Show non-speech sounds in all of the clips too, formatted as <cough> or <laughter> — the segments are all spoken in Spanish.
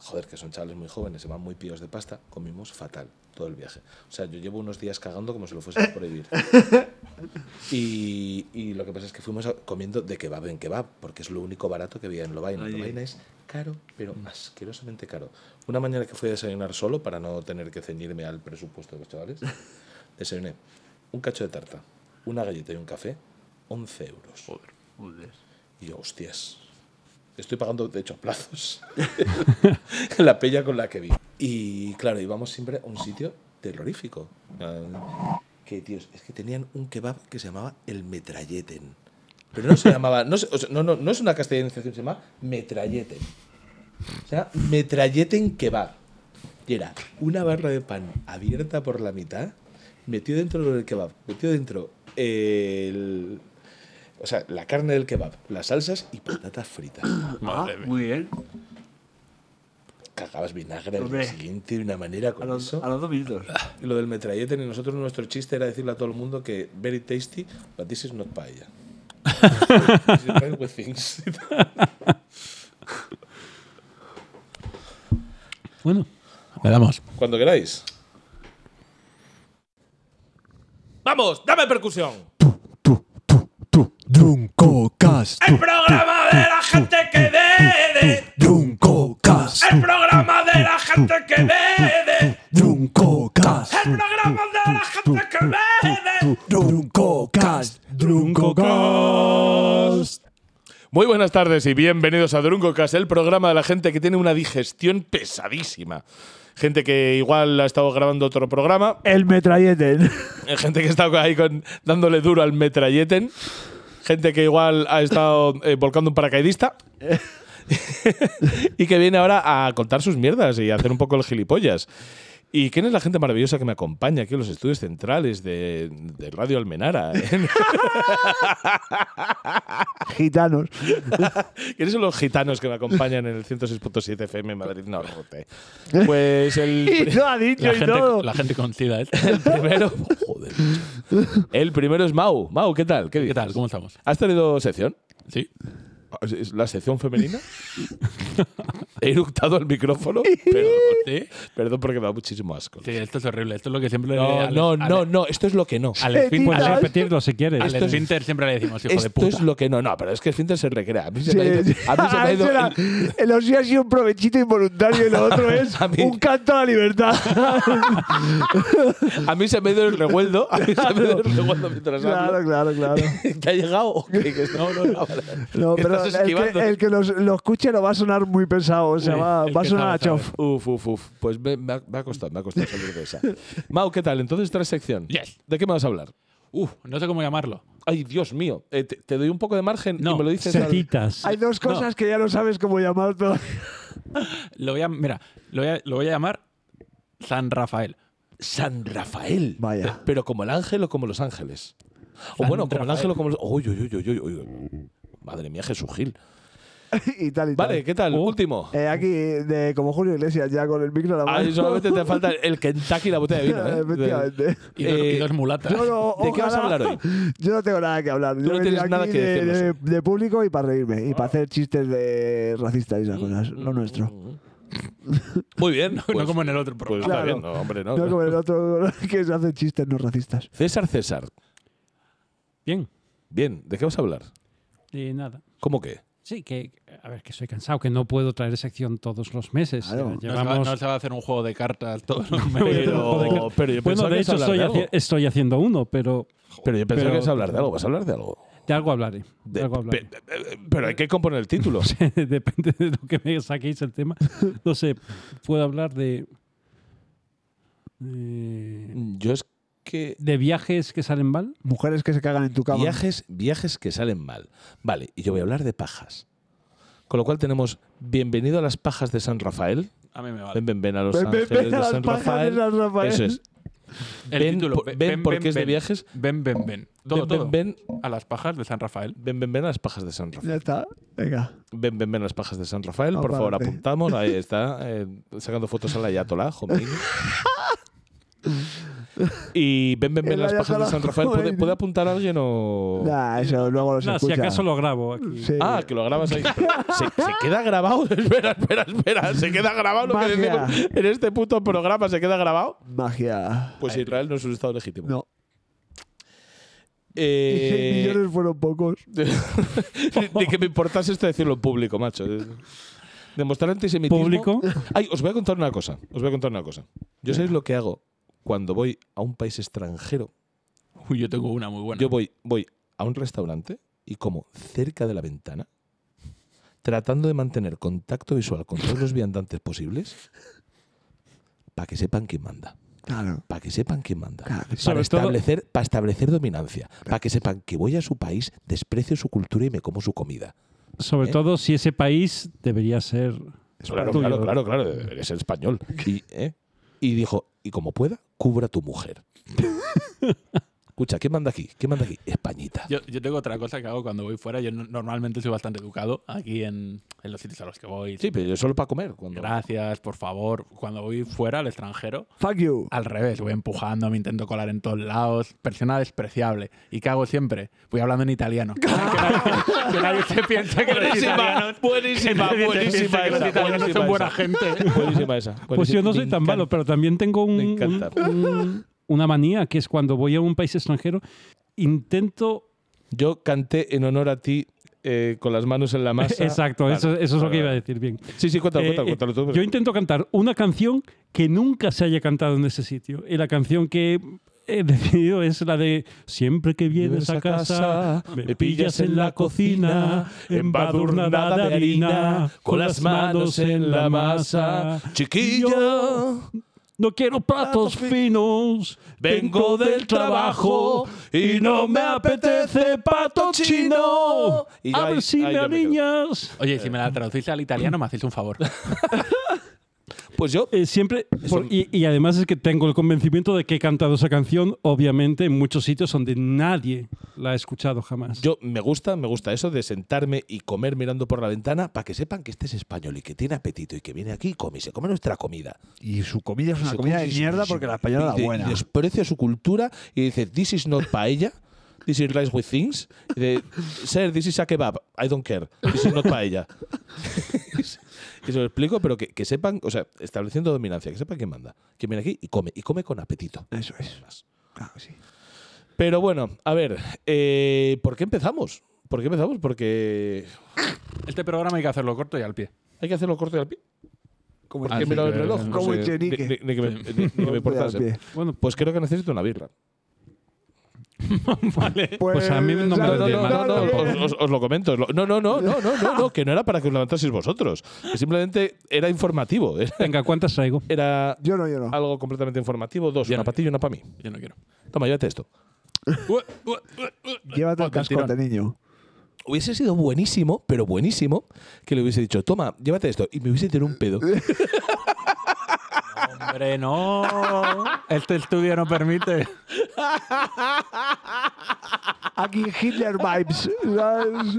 joder, que son chavales muy jóvenes, se van muy píos de pasta, comimos fatal todo el viaje. O sea, yo llevo unos días cagando como si lo fuese a prohibir. Y, y lo que pasa es que fuimos a- comiendo de kebab en kebab, porque es lo único barato que había en Lobaina. Allí. Lobaina es caro, pero asquerosamente caro. Una mañana que fui a desayunar solo, para no tener que ceñirme al presupuesto de los chavales, desayuné un cacho de tarta, una galleta y un café, 11 euros. Joder, joder. Y yo, hostias, estoy pagando de hecho a plazos <laughs> la pella con la que vi. Y claro, íbamos siempre a un sitio terrorífico. Ah, Que tíos, es que tenían un kebab que se llamaba el metralleten. Pero no se llamaba, no, se- o sea, no, no, no es una castellanización, se llama metralleten. O sea, metralleten kebab. Y era una barra de pan abierta por la mitad, metido dentro del kebab, metido dentro el, o sea, la carne del kebab, las salsas y patatas fritas. <coughs> Ah, Madre mía. muy bien. Cagabas vinagre al día Hombre. siguiente de una manera A con los, eso. a los dos minutos. Y Lo del metrallete, y nosotros nuestro chiste era decirle a todo el mundo que very tasty, but this is not <laughs> paella. This is paella with things. <laughs> Bueno, le damos. Cuando queráis. ¡Vamos! ¡Dame percusión! Drunko Cast. ¡El programa de la gente que bebe! Drunko Cast. ¡El programa de la gente que bebe! Drunko Cast. ¡El programa de la gente que bebe! Drunko Cast. Drunko Cast. Muy buenas tardes y bienvenidos a Druncocast, el programa de la gente que tiene una digestión pesadísima. Gente que igual ha estado grabando otro programa, El metrallete. eh, gente que está ahí con- dándole duro al metralleten, gente que igual ha estado eh, volcando un paracaidista <laughs> y que viene ahora a contar sus mierdas y a hacer un poco el gilipollas. ¿Y quién es la gente maravillosa que me acompaña aquí en los estudios centrales de, de Radio Almenara? Gitanos. ¿Quiénes son los gitanos que me acompañan en el 106.7 FM Madrid Norte? <laughs> Pues el, Y lo ha dicho La y gente, todo. la gente con SIDA, ¿eh? el primero. Joder. macho. El primero es Mau. Mau, ¿qué tal? ¿Qué, ¿Qué dices? tal? ¿Cómo estamos? ¿Has tenido sección? Sí. ¿Es- es ¿La <laughs> sección femenina? He eructado al micrófono. Perdón, ¿Sí? Perdón porque me da muchísimo asco. Sí, Eh, esto es horrible. Esto es lo que siempre No, le no, al- no, al- no. Esto es lo que no. Al pues, esfín- Quitas. al- Puedes repetirlo si quieres. al esfínter siempre le decimos, hijo de Esto puta. es lo que no. No, pero es que Splinter se recrea. A mí se Sí, me ha ido- sí. a mí se <laughs> me ha ido Ese era- el- el Osi ha sido un provechito involuntario <laughs> y lo otro es A mí- un canto a la <laughs> libertad. A mí se me ha ido el revueldo. A mí se me ha ido el revueldo mientras claro, hablo. claro, claro. ¿Te ha llegado? o qué? Que No, no, no. <laughs> vale. No, Que pero estás el que, esquivando. el que los- lo escuche lo va a sonar muy pesado. O sea, Sí, va, el va a que sonar sabe, a chof. sabe. Uf, uf, uf. Pues me, me ha, me ha costado, me ha costado salir de <laughs> esa. Mau, ¿qué tal? Entonces traes sección. Yes. ¿De qué me vas a hablar? Uf, no sé cómo llamarlo. Ay, Dios mío. Eh, te, te doy un poco de margen y No, me lo dices. al- Setitas. Hay dos cosas que ya no sabes cómo llamar todavía. Lo voy a, mira, lo voy a, lo voy a llamar San Rafael. San Rafael. Vaya. Pe- Pero como el ángel o como los ángeles. O San bueno, como el Rafael. ángel o como los. Uy, uy, uy, uy, uy, uy. Madre mía, Jesús Gil. <laughs> y tal y tal. Vale, ¿qué tal? Uh. Último. Eh, aquí, de, como Julio Iglesias, ya con el micro en la mano. Ahí <laughs> Ah, solamente te falta el Kentucky y la botella de vino. ¿eh? Efectivamente. Y dos, Eh, y dos mulatas. Yo no- ¿de qué vas a ojalá- hablar hoy? Yo no tengo nada que hablar. Yo no he tienes venido nada aquí que de, de- decirnos. de público y para reírme. Y para hacer chistes de racistas y esas cosas. Mm, Lo nuestro. Muy <laughs> bien. no pues- como en el otro pues programa. está Claro. bien. No, hombre, no. No como el otro <laughs> que se hace chistes no racistas. César, César. Bien. Bien, ¿de qué vas a hablar? Y nada. ¿Cómo qué? Sí, que a ver, que soy cansado, que no puedo traer sección todos los meses. Claro. Eh, pues, No se, va, Llevamos. no se va a hacer un juego de cartas todos <laughs> los meses. Pero, pero yo bueno, pensaba de que ibas hecho a hablar estoy, de algo. haci- estoy haciendo uno, pero Pero yo pensaba Pero- que ibas a hablar de algo. ¿Vas a hablar de algo? de algo hablaré. De, De- algo hablaré. pe- pe- pero hay que componer el título. <laughs> Depende de lo que me saquéis el tema. No sé, puedo hablar de. eh, <laughs> Yo es que... de viajes que salen mal. Mujeres que se cagan en tu cama. Viajes, viajes que salen mal. Vale, y yo voy a hablar de pajas. Con lo cual tenemos Bienvenido a las pajas de San Rafael. A mí me vale. Ven, ven, ven a los Ven, ven, ángeles ven a de las San pajas de Rafael. San Rafael. Eso es. El Ven título. po- ven porque es de ven. viajes. Ven, ven, ven. Todo, Ven, ven, todo. ven, A las pajas de San Rafael. ven, ven, ven a las pajas de San Rafael. Ya está. Venga. Ven, ven, ven a las pajas de San Rafael. Por favor, Apárate. apuntamos. Ahí está. eh, sacando fotos a la Yatolá, Jomeini. Y ven, ven, ven El las Valladolid pajas de San Rafael. ¿Puede, Joven. puede apuntar alguien o.? Nah, eso luego los No, si escucha. acaso lo grabo aquí. Sí. Ah, que lo grabas ahí. se, se queda grabado. <laughs> espera, espera, espera. Se queda grabado lo que Magia. decimos en este puto programa. ¿Se queda grabado? Magia. Pues Israel no es un estado legítimo. No. Y seis Eh, <laughs> millones fueron pocos. <laughs> Ni que me importase esto decirlo en <laughs> público, macho. Demostrar antisemitismo. Público. Ay, os voy a contar una cosa. Os voy a contar una cosa. Yo sabéis lo que hago cuando voy a un país extranjero. Uy, yo tengo una muy buena. Yo voy, voy a un restaurante y como cerca de la ventana, tratando de mantener contacto visual con todos los viandantes posibles, para que sepan quién manda. Claro. Para que sepan quién manda. Claro. Para Sobre todo- establecer, para establecer dominancia. Para que sepan que voy a su país, desprecio su cultura y me como su comida. Sobre ¿Eh? todo si ese país debería ser. Claro, tuyo. claro, claro, claro, debería ser español. <laughs> Y, ¿eh? Y dijo, y como pueda, cubra tu mujer. <laughs> Escucha, ¿quién manda aquí? ¿Quién manda aquí? Españita. Yo, yo tengo otra cosa que hago cuando voy fuera. Yo no- normalmente soy bastante educado aquí en, en los sitios a los que voy. Sí, pero yo solo para comer. Cuando... Gracias, por favor. Cuando voy fuera al extranjero, Fuck you. al revés, voy empujando, me intento colar en todos lados. Persona despreciable. ¿Y qué hago siempre? Voy hablando en <laughs> italiano. que, nadie, que nadie se piense que los italianos. <laughs> que <laughs> buenísima, nadie se piense que los italianos son buena gente. Buenísima <laughs> esa. Pues yo no buenísima. soy tan malo, Me encanta. pero también tengo un- Me encanta. un- un- una manía que es cuando voy a un país extranjero, intento Yo canté en honor a ti eh, con las manos en la <laughs> masa. Exacto, Vale, eso, eso es lo vale, que iba a vale. decir bien. Sí, sí, cuéntalo, Eh, cuéntalo, eh, cuéntalo tú. yo intento cantar una canción que nunca se haya cantado en ese sitio. Y la canción que he decidido es la de Siempre que vienes a casa, me pillas en la cocina, embadurnada de harina, con las manos en la masa. Chiquilla, Yo no quiero platos finos, vengo del trabajo y no me apetece pato chino. Y yo A ahí- ver si ahí me yo me quedo. aliñas. Oye, si me la traducís al italiano, me hacéis un favor. Pues yo, Eh, siempre. por- un- y, y además es que tengo el convencimiento de que he cantado esa canción, obviamente, en muchos sitios donde nadie la ha escuchado jamás. yo me gusta, me gusta eso de sentarme y comer mirando por la ventana para que sepan que este es español y que tiene apetito y que viene aquí y come, y se come nuestra comida. Y su comida es una Se comida come de y se- mierda y se- porque la española y de- era buena. Y desprecia su cultura y dice, this is not paella, this is rice with things. Y de, sir, this is a kebab, I don't care, this is not paella. <laughs> y se lo explico, pero que, que sepan, o sea, estableciendo dominancia, que sepan quién manda, quién viene aquí y come, y come con apetito. Eso es. Claro que sí. Pero bueno, a ver, eh, ¿por qué empezamos? ¿Por qué empezamos? Porque Este programa hay que hacerlo corto y al pie. hay que hacerlo corto y al pie. Como Porque Así he mirado el que- reloj. Ah, no Como sé, Echenique. Ni, ni- ni que <laughs> me, ni- ni que me portase. Bueno, Pues creo que necesito una birra. Pues a mí no me No, Claro, no, de no, mano. no, no, os, os- os lo comento. os lo- No, no, no, no, no, no, no, que no era para que os levantaseis vosotros. Que simplemente era informativo. <laughs> Era, venga, ¿cuántas traigo? era Yo no, yo no. algo completamente informativo. Dos, Ya una no. para ti y una para mí. Yo no quiero. Toma, llévate esto. Llévate el pues Podcast, tirón. cascote, niño. Hubiese sido buenísimo, pero buenísimo, que le hubiese dicho, toma, llévate esto. Y me hubiese tirado un <laughs> pedo. Hombre, no. Este estudio no permite. Aquí Hitler vibes. ¿sabes?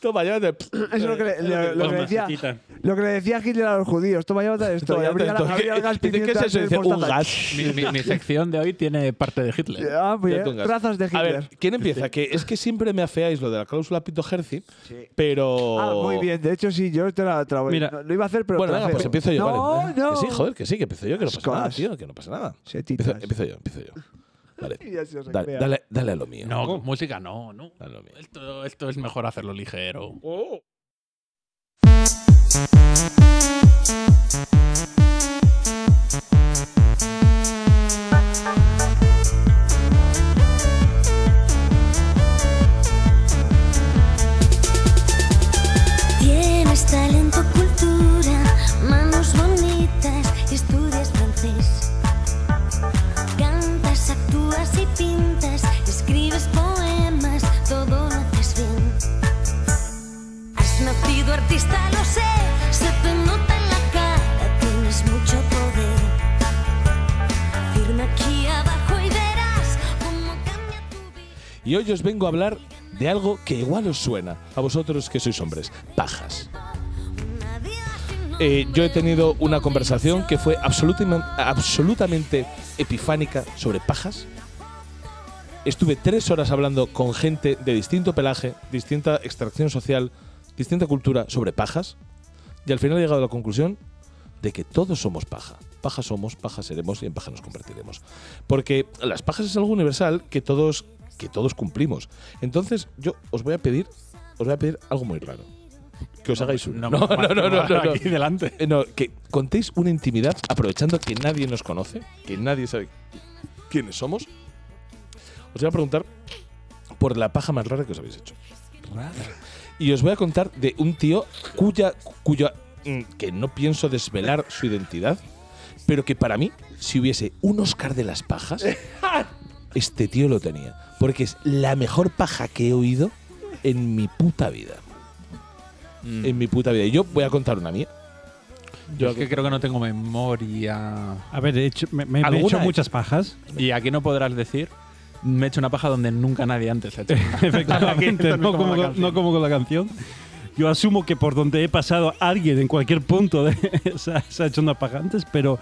toma, llévate. <laughs> Eso es lo que, le, lo- lo Dos que decía, macetitas. lo que le decía Hitler a los judíos. Toma, llévate esto. Y abría, la- abría el gas Dice, ¿Qué es pimienta eso? del Dice, un mostaza. gas. Mi, mi- mi sección de hoy tiene parte de Hitler. Ah, muy Ya bien. tú, gas. Trazas de A Hitler. ver, ¿quién empieza? Que es que siempre me afeáis lo de la cláusula Pito Herzi, Sí. pero. Ah, muy bien. De hecho, sí, yo te la, te la voy- Mira. no, lo iba a hacer, pero. bueno, te la venga, hago. pues empiezo yo, no, vale. No, Que sí, joder, que sí, que empiezo yo, que no pasa nada, Cosas. tío, que no pasa nada. Setitas. Empiezo, empiezo yo, empiezo yo. <laughs> Vale. Y ya se os Dale, recrea. dale, dale a lo mío. No, con música no, no. Dale a lo mío. Esto, esto es mejor hacerlo ligero. Oh. Tienes talento, cultura, manos bonitas, estudias francés. Cantas, actúas y pintas, escribes poemas, todo lo haces bien. Has nacido artista, lo sé, se te nota en la cara, tienes mucho poder. Firma aquí abajo y verás cómo cambia tu vida. Y hoy os vengo a hablar de algo que igual os suena a vosotros que sois hombres: pajas. Una vida sin eh, yo he tenido una conversación que fue absolutima- absolutamente epifánica sobre pajas. Estuve tres horas hablando con gente de distinto pelaje, distinta extracción social, distinta cultura sobre pajas. Y al final he llegado a la conclusión de que todos somos paja. Paja somos, paja seremos y en paja nos convertiremos. Porque las pajas es algo universal que todos, que todos cumplimos. Entonces, yo os voy a pedir, os voy a pedir algo muy raro. Que os hagáis <laughs> uno. me- no. Aquí delante. Eh, No, que contéis una intimidad aprovechando que nadie nos conoce, que nadie sabe quiénes somos. Os voy a preguntar por la paja más rara que os habéis hecho. Y os voy a contar de un tío cuya, cuya mm, que no pienso desvelar su identidad, pero que para mí, si hubiese un Oscar de las pajas, este tío lo tenía. Porque es la mejor paja que he oído en mi puta vida. En mi puta vida. Y yo voy a contar una mía. Yo es que creo que no tengo memoria. A ver, he hecho, me, me- me he ¿Alguna hecho vez? muchas pajas. Y aquí no podrás decir, me he hecho una paja donde nunca nadie antes ha hecho. <laughs> <laughs> Aquí, Efectivamente, tal no como como, la con- canción. no como con la canción. Yo asumo que por donde he pasado alguien en cualquier punto de, <laughs> se, ha, se ha hecho una paja antes, pero,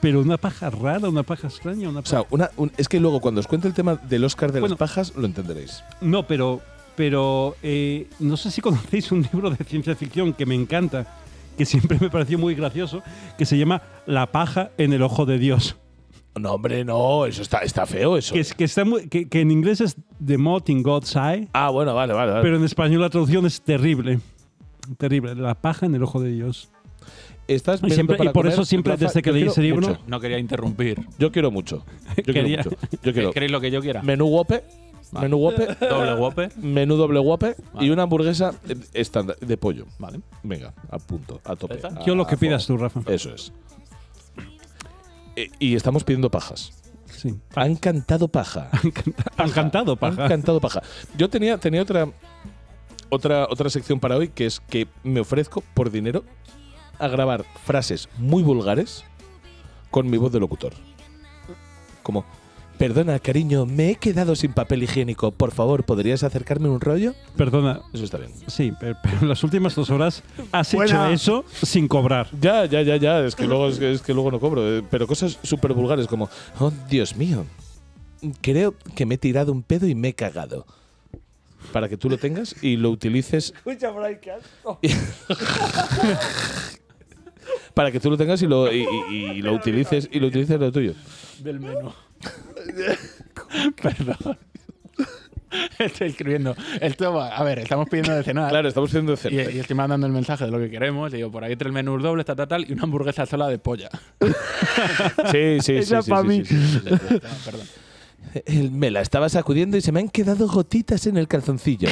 pero una paja rara, una paja extraña, una O paja- sea, una- un- es que luego cuando os cuente el tema del Oscar de Bueno. las pajas lo entenderéis. No, pero, pero eh, no sé si conocéis un libro de ciencia ficción que me encanta, que siempre me pareció muy gracioso, que se llama La paja en el ojo de Dios. No, hombre, no, eso está, está feo eso. Que, es, que, está muy- que, que en inglés es The Moth in God's Eye, Ah, bueno, vale, vale. vale. pero en español la traducción es terrible. Terrible, la paja en el ojo de Dios. Estás Y, siempre- viendo para y por comer, eso siempre, Rafa, desde que yo leí quiero ese libro, mucho. No quería interrumpir. Yo quiero mucho. Yo Quería- quiero mucho. Yo quiero ¿Queréis lo que yo quiera? menú guape, Vale. menú guape, Doble guape. menú doble guape y Vale. una hamburguesa eh, estándar de pollo. Vale. Venga, a punto, a tope. ¿Esta? a- yo lo que a pidas tú, fuego. Rafa. Eso es. Eh, Y estamos pidiendo pajas. Sí. Han cantado paja. Han cantado, paja. Han cantado paja. Yo tenía, tenía otra, otra, otra sección para hoy que es que me ofrezco por dinero a grabar frases muy vulgares con mi voz de locutor. Como, perdona, cariño, me he quedado sin papel higiénico. Por favor, ¿podrías acercarme un rollo? Perdona, Eso está bien. sí, pero, pero las últimas dos horas has hecho Buena. eso sin cobrar. Ya, ya, ya, ya. Es que luego, es que, es que luego no cobro. eh, Pero cosas súper vulgares como, oh, Dios mío, creo que me he tirado un pedo y me he cagado. Para que tú lo tengas y lo utilices Escucha, Brian, ¿qué para que tú lo tengas y lo, y, y- y lo utilices y lo utilices lo tuyo. Del menú. <laughs> Perdón. <laughs> Estoy escribiendo. Esto va- A ver, estamos pidiendo de cenar. Claro, estamos haciendo Y, cena. y estoy mandando el mensaje de lo que queremos. Le digo, por ahí tres menús dobles, tal, tal, tal, y una hamburguesa sola de polla. <laughs> Sí, sí, sí. Esa sí, pa' sí, mí. sí, sí, sí, sí. Perdón. El- Me la estaba sacudiendo y se me han quedado gotitas en el calzoncillo.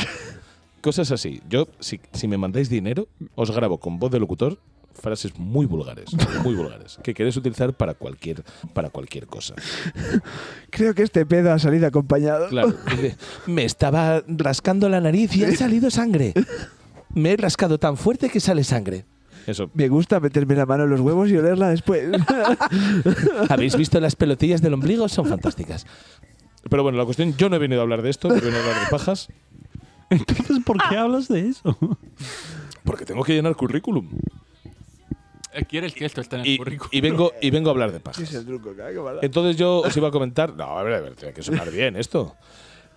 Cosas así. Yo, si, si me mandáis dinero, os grabo con voz de locutor frases muy vulgares, muy vulgares, que queréis utilizar para cualquier, para cualquier cosa. Creo que este pedo ha salido acompañado. Claro. dice, Me estaba rascando la nariz y ha salido sangre. Me he rascado tan fuerte que sale sangre. Eso. Me gusta meterme la mano en los huevos y olerla después. <laughs> ¿Habéis visto las pelotillas del ombligo? Son fantásticas. Pero bueno, la cuestión, yo no he venido a hablar de esto, yo he venido a hablar de pajas, Entonces, ¿por qué hablas de eso? porque tengo que llenar currículum. Eh, ¿Quieres que esto esté en el Y, currículum? y vengo, y vengo a hablar de pajas. truco, cabrón. Entonces yo os iba a comentar. No, a ver, a ver, tiene que sonar bien esto.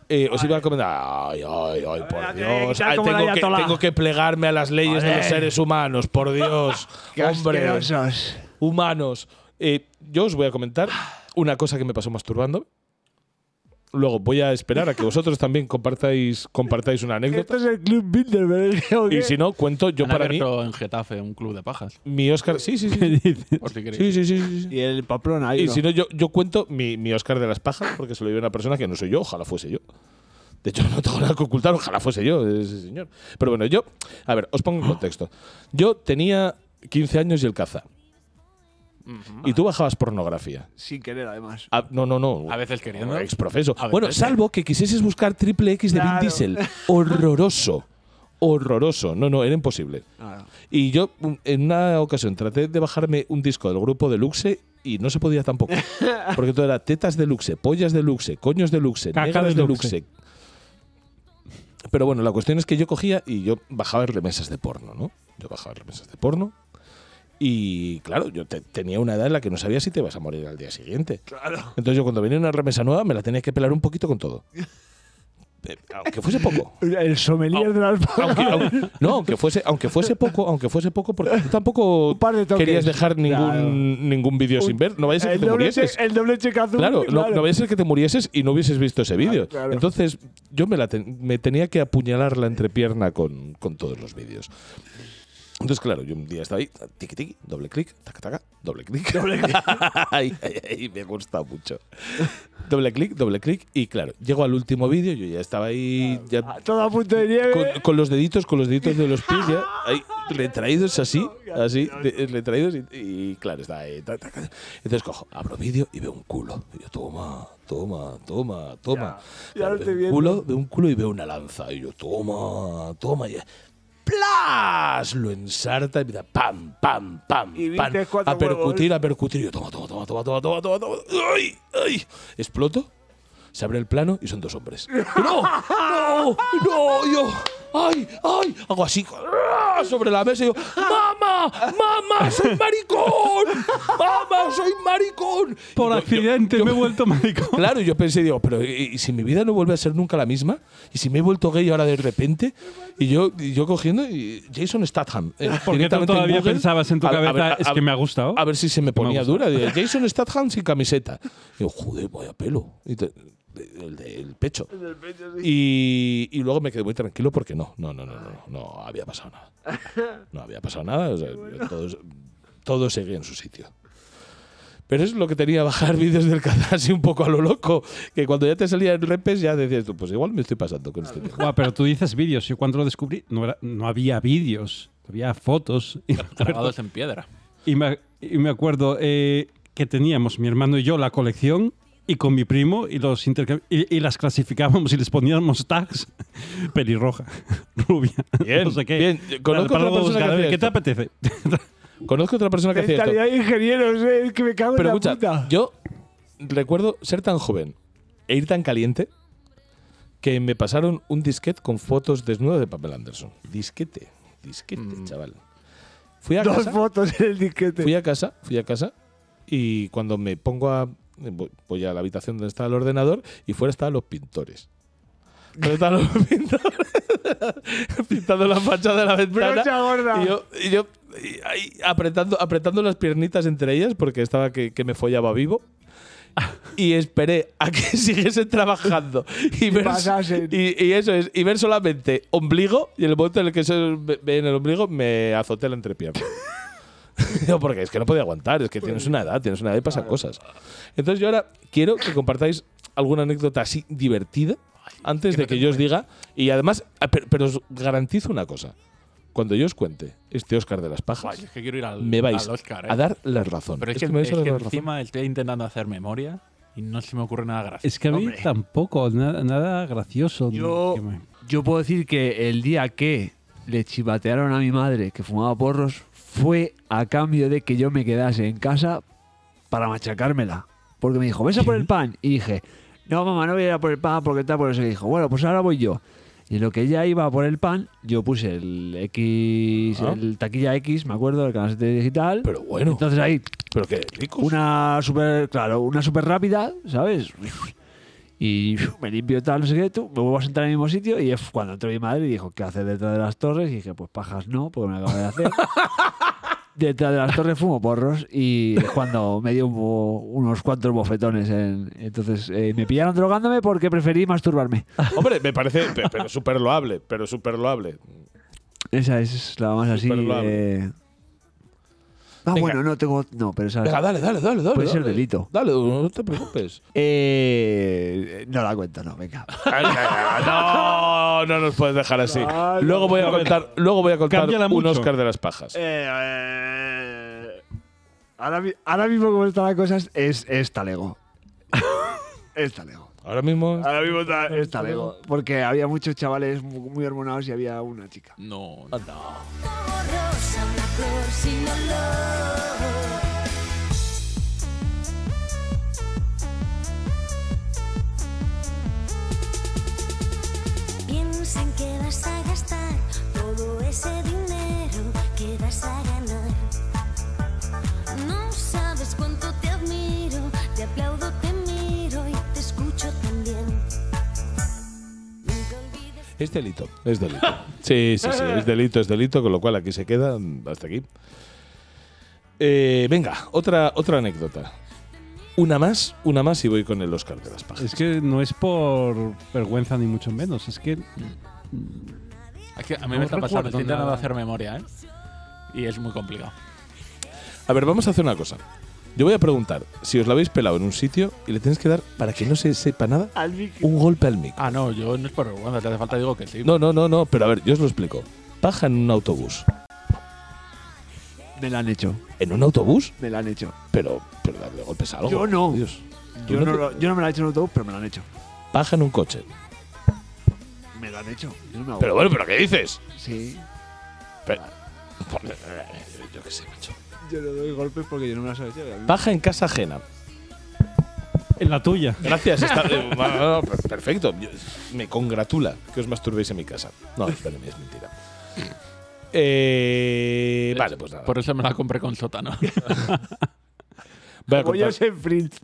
Eh, os iba a comentar. Ay, ay, ay, por Dios. Ay, tengo, que, tengo que plegarme a las leyes de los seres humanos, por Dios. Hombre, Asquerosos. humanos. Eh, yo os voy a comentar una cosa que me pasó masturbando. Luego voy a esperar a que vosotros también compartáis, compartáis una Esto anécdota. es el Club Bilderberg. ¿o qué? Y si no, cuento yo Han para mí abierto en Getafe un club de <laughs> pajas. mi Oscar. Sí, sí, sí. Dice, Por si queréis. Sí, sí, sí, sí, sí. Y el Pamplona ahí. Y ¿no? si no, yo, yo cuento mi, mi Oscar de las pajas, porque se lo dio una persona que no soy yo, ojalá fuese yo. De hecho, no tengo nada que ocultar, ojalá fuese yo, ese señor. Pero bueno, yo, a ver, os pongo en contexto. Yo tenía 15 años y el caza. Y tú bajabas pornografía. Sin querer, además. Ah, no, no, no. A veces queriendo. Exprofeso. A pues, veces. Bueno, salvo que quisieses buscar triple X de Vin Claro. Diesel. Horroroso. Horroroso. No, no, era imposible. Ah, Y yo un- en una ocasión traté de bajarme un disco del grupo Deluxe y no se podía tampoco. Porque todo era tetas Deluxe, pollas Deluxe, coños Deluxe, Caca negras Deluxe. Deluxe. Pero bueno, la cuestión es que yo cogía y yo bajaba remesas de porno, ¿no? Yo bajaba remesas de porno Y claro, yo te- tenía una edad en la que no sabía si te ibas a morir al día siguiente. Entonces yo cuando venía una remesa nueva me la tenía que pelar un poquito con todo. Eh, Aunque fuese poco. El Ah, sommelier de las Aunque- aunque- no, aunque fuese, aunque fuese poco, aunque fuese poco, porque tú tampoco Un par de toques. Eh, querías dejar ningún, ningún vídeo sin ver. No vaya a ser que el, te doble murieses. che- el doble cheque azul. Claro, no- No, vaya a ser que te murieses y no hubieses visto ese vídeo. claro. Entonces, yo me, la ten- me tenía que apuñalar la entrepierna con, con todos los vídeos. Entonces, claro, yo un día estaba ahí, tiki tiki, doble clic, taca taca, doble clic. Doble clic. <laughs> ay, ay, ay, me gusta mucho. Doble clic, doble clic, y claro, llego al último vídeo, yo ya estaba ahí, ya Todo a punto de nieve. con, con los deditos, con los <laughs> deditos de los pies ya, ahí, retraídos así, así, de- eh, retraídos y, y claro, está ahí. ta, ta, ta. Entonces cojo, abro vídeo y veo un culo. Y yo, toma, toma, toma, toma. ya lo estoy veo un viendo. culo, veo un culo y veo una lanza. Y yo, toma, toma. Y ¡Plas! Lo ensarta y me da pam, pam, pam, Y pam. viste cuatro A percutir, a percutir. Y yo, toma, toma, toma, toma, toma, toma, toma, toma. ¡Ay! ¡Ay! Exploto se abre el plano y son dos <laughs> hombres. ¡No! ¡No! ¡No! Yo, ¡ay! ¡ay! Hago así ¡ah! sobre la mesa y yo, ¡mamá! ¡mamá! ¡soy maricón! ¡mamá! ¡soy maricón! Por Y yo- accidente yo- me he vuelto <laughs> maricón. <laughs> Claro, yo pensé, digo, pero ¿y, y si mi vida no vuelve a ser nunca la misma? ¿Y si me he vuelto gay ahora de repente? Y yo, y yo cogiendo, y Jason Statham. eh, ¿Por qué tú directamente en todavía Google, pensabas en tu a- a ver, cabeza, a- es a- que me ha gustado? a ver si se me ponía gusta. <laughs> dura. de Jason Statham sin camiseta. Y yo, joder, vaya pelo. Y te- el del pecho. Y, y luego me quedé muy tranquilo porque no, no, no, no, no, no, no había pasado nada. No había pasado nada. o sea, todo, todo seguía en su sitio. Pero es lo que tenía bajar <laughs> vídeos del canal así un poco a lo loco. Que cuando ya te salía el repes ya decías tú, pues igual me estoy pasando con <laughs> este tema. Guau, pero tú dices vídeos. Yo cuando lo descubrí no, era- no había vídeos, había fotos. Y me acuerdo, Grabados en piedra. y me- y me acuerdo, eh, que teníamos mi hermano y yo la colección y con mi primo y los intercambi- y, y las clasificábamos y les poníamos tags <laughs> pelirroja, <laughs> rubia, Bien, no sé qué. bien. Conozco Para otra luego persona que buscar, a ver, hacía ¿Qué te esto. apetece? <laughs> Conozco otra persona que hacía esto. Mentalidad de ingenieros, eh, es que me cago Pero en la escucha, puta. yo recuerdo ser tan joven e ir tan caliente que me pasaron un disquete con fotos desnudas de Pamela Anderson. Disquete, disquete, chaval. Fui a Mm. Dos casa, fotos en el disquete. fui a casa, fui a casa y cuando me pongo a eh, voy- voy a la habitación donde estaba el ordenador y fuera estaban los pintores. Fuera estaban los <laughs> pintores pintando la fachada de la ventana. Brocha gorda. Y yo, y yo y ahí apretando, apretando las piernitas entre ellas porque estaba que, que me follaba vivo. Y esperé a que <laughs> siguiesen trabajando y, ver, pasasen. y, y eso es, y ver solamente ombligo y en el momento en el que se ve ve en el ombligo me azoté la entrepierna. <laughs> No, porque es que no podía aguantar, es que Pues tienes una edad, tienes una edad y pasan cosas. Entonces yo ahora quiero que compartáis alguna anécdota así divertida antes de que yo os diga. Y además, ah, pero, pero os garantizo una cosa. Cuando yo os cuente este Oscar de las Guay, pajas, es que quiero ir al, me vais al Oscar. ¿eh? a dar la razón. Pero es que, Esto me vais a es dar que la razón. encima estoy intentando hacer memoria y no se me ocurre nada gracioso. Es que a mí Hombre. tampoco, nada, nada gracioso. Yo, Que me- yo puedo decir que el día que le chivatearon a mi madre que fumaba porros fue a cambio de que yo me quedase en casa para machacármela. Porque me dijo, ¿ves a por el pan? Y dije, no, mamá, no voy a ir a por el pan porque tal, por eso. Y dijo, bueno, pues ahora voy yo. Y en lo que ella iba a por el pan, yo puse el X, Ah. el taquilla X, me acuerdo, el canal digital. Pero bueno, Entonces ahí, pero qué ricos. una super, claro, una super rápida, ¿sabes? Y me limpio tal, no sé qué, tú, me vuelvo a sentar en el mismo sitio y es cuando entró mi madre y dijo, ¿qué haces detrás de las torres? Y dije, pues pajas no, porque me acabo de <laughs> hacer. detrás de las torres fumo porros y es cuando me dio un bo- unos cuantos bofetones. en- entonces eh, me pillaron drogándome porque preferí masturbarme. Hombre, me parece pe- pero súper loable, pero súper loable. Esa es la más así... Súper loable. eh, Ah, Venga. bueno, no tengo... No, pero esa... Venga, dale, dale, dale, dale. Puede ser dale. delito. Dale, no te preocupes. Eh, no la cuento, no, venga. Ay, ay, ay, Ah, No, no nos puedes dejar así. Luego voy a contar, luego voy a contar Cámbiala un mucho. Oscar de las pajas. Eh, eh, Ahora, mi- ahora mismo como están las cosas es, es talego. es talego. Ahora mismo. Ahora mismo está, es talego. Porque había muchos chavales mu- muy hormonados y había una chica. No, borrosa, una flor sin olor. Piensa en que vas a gastar todo ese dinero que vas a ganar. Es delito, es delito. Sí, sí, sí, es delito, es delito, con lo cual aquí se queda hasta aquí. Eh, venga, otra, otra anécdota. Una más, una más y voy con el Oscar de las páginas. Es que no es por vergüenza ni mucho menos, es que Es que a mí No me está pasando, recuerdo estoy intentando nada. hacer memoria, ¿eh? Y es muy complicado. A ver, vamos a hacer una cosa. Yo voy a preguntar si os la habéis pelado en un sitio y le tenéis que dar, para que no se sepa nada, un golpe al mic. Ah, no, yo no es por vergüenza, te hace falta digo que sí. No, no, no, no, pero a ver, yo os lo explico. Paja en un autobús. Me la han hecho. ¿En un autobús? Me la han hecho. Pero, pero darle golpes a algo. Yo no. Dios. ¿Tú Yo no, te- lo- yo no me la he hecho en autobús, pero me la han hecho. Paja en un coche. Me la han hecho. Yo no me hago. Pero bueno, ¿pero qué dices? sí. Yo qué sé, macho. Yo no doy golpes porque yo no me las he hecho. A mí- Paja en casa ajena. en la tuya. Gracias, está, <laughs> eh, va, va, va, per- perfecto. Yo- Me congratula que os masturbéis en mi casa. No, espérenme, es <laughs> mentira. Eh, vale, pues nada. Por eso me la compré con <laughs> sótano. Voy a Como yo contar, sé Fritz.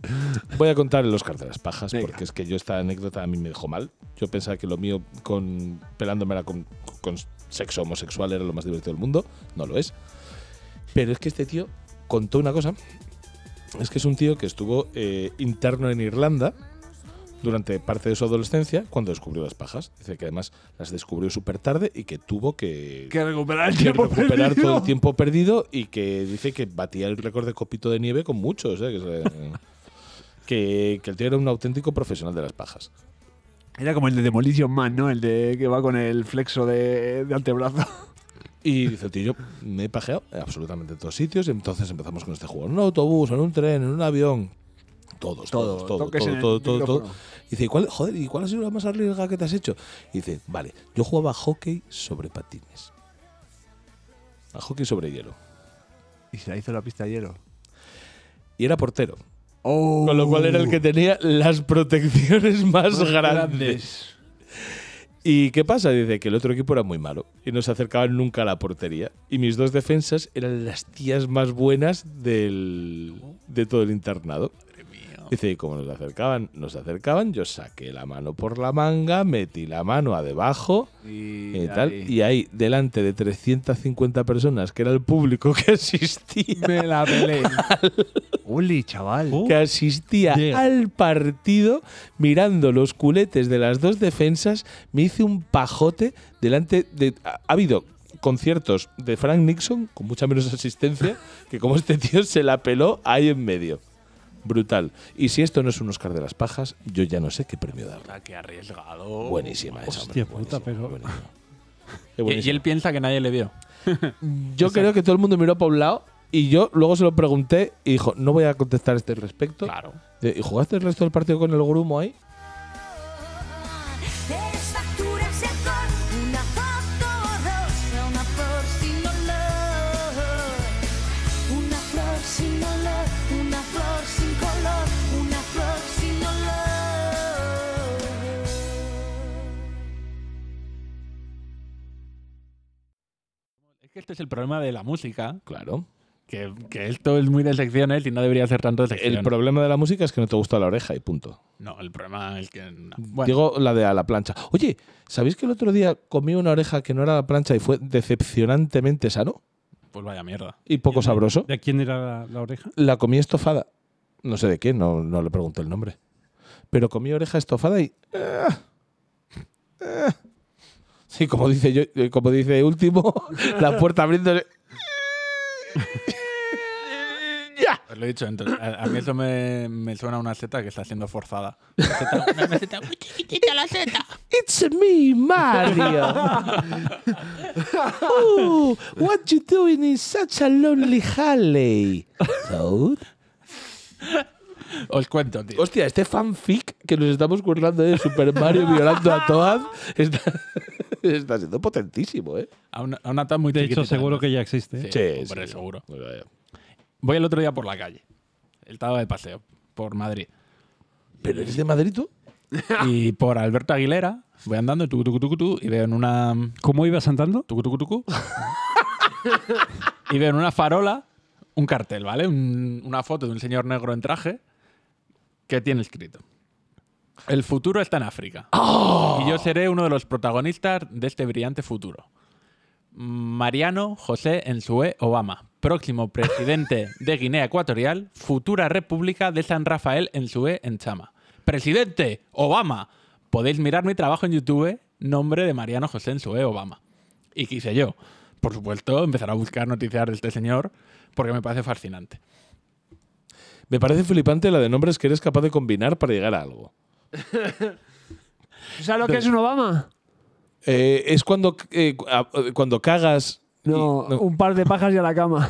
voy a contar el Oscar de las pajas, Venga. porque es que yo esta anécdota a mí me dejó mal. Yo pensaba que lo mío con pelándomela con, con sexo homosexual era lo más divertido del mundo. No lo es. Pero es que este tío contó una cosa. Es que es un tío que estuvo eh, interno en Irlanda durante parte de su adolescencia cuando descubrió las pajas. Dice que además las descubrió súper tarde y que tuvo que, Que recuperar el que tiempo recuperar perdido. todo el tiempo perdido y que dice que batía el récord de copito de nieve con muchos. ¿eh? Que, se- que- que el tío era un auténtico profesional de las pajas. Era como el de Demolition Man, ¿no? El de que va con el flexo de, de antebrazo. Y dice el tío, yo me he pajeado absolutamente en todos sitios. Y entonces empezamos con este juego. En un autobús, en un tren, en un avión. Todos, todos, todo, toques en todo, el todo, todo, todo. micrófono. Y dice, ¿y cuál, joder, ¿y cuál ha sido la más arriesgada que te has hecho? Y dice, vale, yo jugaba a hockey sobre patines. A hockey sobre hielo. Y se la hizo la pista de hielo. Y era portero. Oh, Con lo cual era el que tenía las protecciones Uh. más grandes. ¿Y qué pasa? Dice que el otro equipo era muy malo y no se acercaban nunca a la portería. Y mis dos defensas eran las tías más buenas del, de todo el internado. Dice, y como nos acercaban, nos acercaban, yo saqué la mano por la manga, metí la mano a debajo Y, y, tal. ahí. Y ahí, delante de 350 personas, que era el público que asistía, Me la pelé. <laughs> Uli, chaval. que asistía Yeah. al partido mirando los culetes de las dos defensas, me hice un pajote delante de... Ha, ha habido conciertos de Frank Nixon con mucha menos asistencia que como este tío se la peló ahí en medio. Brutal. Y si esto no es un Oscar de las pajas, yo ya no sé qué premio dar. Ah, Qué arriesgado. Buenísima esa. Hostia hombre, puta, buenísima, pero- buenísima. Y, Qué y buenísima. él piensa que nadie le vio. Yo creo que todo el mundo miró para un lado y yo luego se lo pregunté y dijo, no voy a contestar este respecto. Claro. De- ¿Y jugaste el resto del partido con el grumo ahí? Tres facturas y alcohol, una foto o dos, una flor sin olor, una flor sin olor, una flor sin color, una flor sin olor. Es que este es el problema de la música, Claro. que, que esto es muy de secciones y no debería ser tanto de secciones. El problema de la música es que no te gusta la oreja y punto. no, el problema es que... no. Bueno, Digo la de a la plancha. Oye, ¿sabéis que el otro día comí una oreja que no era a la plancha y fue decepcionantemente sano pues vaya mierda. y poco sabroso? ¿De quién era la, la oreja? La comí estofada. No sé de quién, no, no le pregunté el nombre. Pero comí oreja estofada y... ah, ah. Sí, como dice yo, eh, como dice último, <laughs> la puerta abriéndose. <laughs> ¡Ya! Os Pues lo he dicho, entonces, a, a mí eso me, me suena a una seta que está siendo <laughs> forzada. Una seta, una seta muy chiquitita la seta. It's me, Mario. <laughs> Ooh, what you doing in such a lonely halley? Toad? Os cuento, tío. Hostia, este fanfic que nos estamos currando de Super Mario violando a Toad está, <laughs> está siendo potentísimo, ¿eh? A una, a una tan muy De chiquitita. hecho, seguro que ya existe. ¿eh? Sí, hombre, seguro. Voy el otro día por la calle. Estaba de paseo por <laughs> Madrid. ¿Pero eres de Madrid tú? Y por Alberto Aguilera voy andando tucu, tucu, tucu, tucu, y veo en una ¿Cómo ibas andando? tucu, tucu, tucu. y veo en una farola un cartel, ¿vale? Un- una foto de un señor negro en traje que tiene escrito El futuro está en África. Y yo seré uno de los protagonistas de este brillante futuro. Mariano José Ensue Obama, próximo presidente de Guinea Ecuatorial, futura república de San Rafael Ensue Enchama. Presidente Obama, podéis mirar mi trabajo en YouTube, nombre de Mariano José Ensue Obama. Y quise yo, por supuesto, empezar a buscar noticias de este señor porque me parece fascinante. Me parece flipante la de nombres que eres capaz de combinar para llegar a algo. ¿Sabes lo que es un Obama? Eh, es cuando, eh, cu- a- cuando cagas. y- No, no. un par de pajas y a la cama.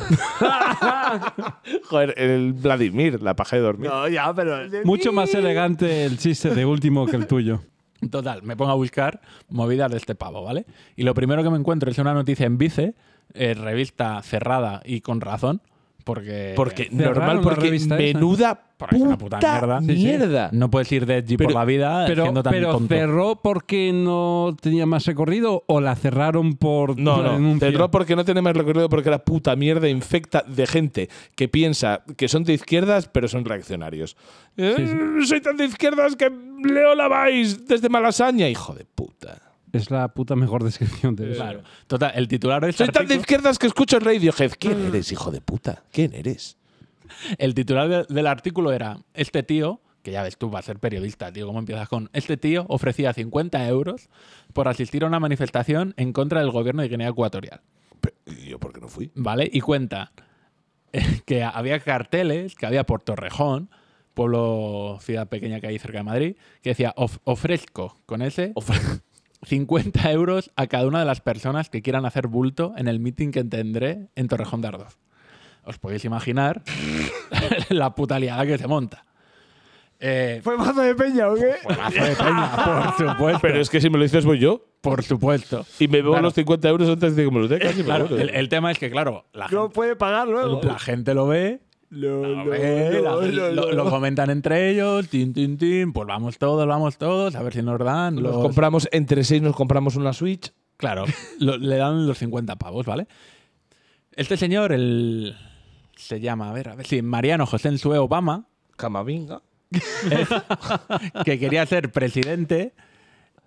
Joder, el Vladimir, la paja de dormir. no, ya, pero. Mucho más elegante el chiste de último que el tuyo. Total, me pongo a buscar movidas de este pavo, ¿vale? Y lo primero que me encuentro es una noticia en Vice, eh, revista cerrada y con razón, porque... Porque Cerraron normal, la porque revista esa. menuda Porque es una puta mierda. Sí, sí. mierda. No puedes ir de Edgy por la vida <laughs> pero, siendo tan pero tonto. cerró porque no tenía más recorrido o la cerraron por <laughs> No, la no. denuncia? Cerró porque no tiene más recorrido porque la puta mierda infecta de gente que piensa que son de izquierdas pero son reaccionarios. Eh, Soy tan de izquierdas que leo la vais desde Malasaña, hijo de puta. Es la puta mejor descripción de eso. Claro. Total, el titular de este Soy tan de artículo- izquierdas que escucho Radiohead. ¿Quién eres, hijo de puta? ¿Quién eres? El titular de- del artículo era, este tío, que ya ves tú, va a ser periodista, tío, ¿cómo empiezas con? Este tío ofrecía 50 euros por asistir a una manifestación en contra del gobierno de Guinea Ecuatorial. ¿Y yo por qué no fui? ¿vale? Y cuenta eh, que había carteles que había por Torrejón, pueblo, ciudad pequeña que hay cerca de Madrid, que decía "Of- ofrezco con ese <laughs> 50 euros a cada una de las personas que quieran hacer bulto en el meeting que tendré en Torrejón de Ardoz. Os podéis imaginar <laughs> la puta liada que se monta. Eh, ¿Fue mazo de peña o qué? mazo de <laughs> peña, por supuesto. Pero es que si me lo dices voy yo por supuesto. y me veo Claro. los 50 euros antes de que me los dé casi. Claro, pero bueno. el, el tema es que, claro, la No gente- puede pagar luego. la gente lo ve No, Lo ve, la- lo, lo comentan entre ellos, tin, tin, tin, pues vamos todos, vamos todos, a ver si nos dan. Nos los- compramos, entre seis nos compramos una Switch. claro, lo- le dan los 50 pavos, ¿vale? Este señor, el... Se llama, a ver, a ver, sí, Mariano José Ensue Obama, Camavinga. que quería ser presidente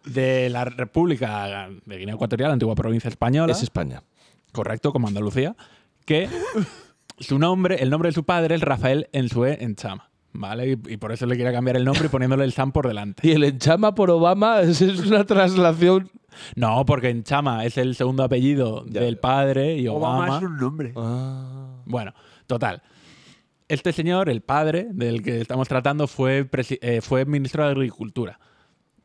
de la República de Guinea Ecuatorial, antigua provincia española. Es España. correcto, como Andalucía, que su nombre, el nombre de su padre es Rafael Ensue Enchama, ¿vale? Y, y por eso le quería cambiar el nombre y poniéndole el Sam por delante. Y el enchama por Obama <laughs> es es una traslación. No, porque Enchama es el segundo apellido Ya. del padre y Obama. Obama es un nombre. Ah. Bueno, total. Este señor, el padre del que estamos tratando, fue, presi- eh, fue ministro de Agricultura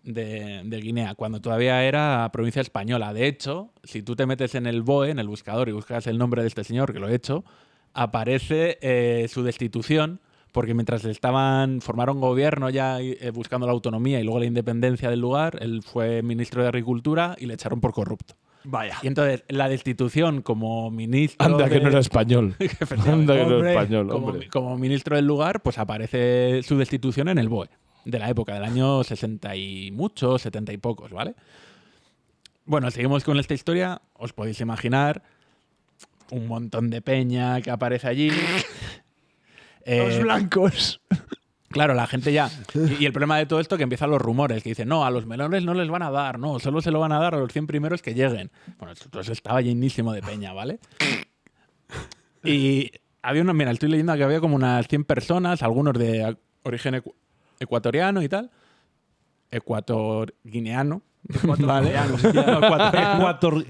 de, de Guinea, cuando todavía era provincia española. De hecho, si tú te metes en el BOE, en el buscador, y buscas el nombre de este señor, que lo he hecho, aparece eh, su destitución, porque mientras estaban, formaron gobierno ya eh, buscando la autonomía y luego la independencia del lugar, él fue ministro de Agricultura y le echaron por corrupto. Vaya. Y entonces, la destitución como ministro. Anda <laughs> que de- no era español. Anda que no era español, como, hombre. como ministro del lugar, pues aparece su destitución en el BOE, de la época, del año 60 y muchos, 70 y pocos, ¿vale? Bueno, seguimos con esta historia. Os podéis imaginar un montón de peña que aparece allí. Eh, Los blancos. Claro, la gente ya. Y, y el problema de todo esto que empiezan los rumores, que dicen, no, a los melones no les van a dar, no, solo se lo van a dar a los 100 primeros que lleguen. Bueno, esto esto estaba llenísimo de peña, ¿vale? Y había una, mira, estoy leyendo que había como unas 100 personas, algunos de a- origen ecu- ecuatoriano y tal, ecuatorguineano. ¿Vale? Ecuator,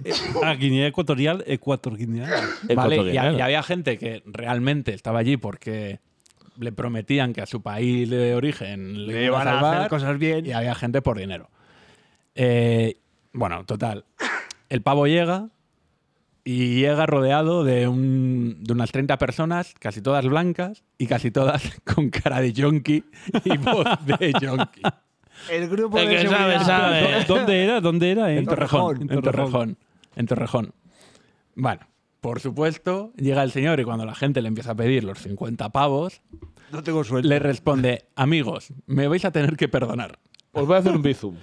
a Guinea Ecuatorial, Ecuator Guinea. Vale, y, Ecuatoriano. y había gente que realmente estaba allí porque le prometían que a su país de origen le, iban a salvar. cosas bien. y había gente por dinero. Eh, bueno, total. El pavo llega y llega rodeado de, un- de unas 30 personas, casi todas blancas y casi todas <laughs> con cara de yonki y voz de yonki. El grupo El de que sabe, seguridad. sabe. <laughs> ¿Dó- ¿Dónde era? ¿Dónde era? eh? Ah, En Torrejón. En Torrejón. En Torrejón. Bueno, por supuesto, llega el señor y cuando la gente le empieza a pedir los 50 pavos, No tengo suerte. le responde, amigos, me vais a tener que perdonar. Os voy a hacer un bizum.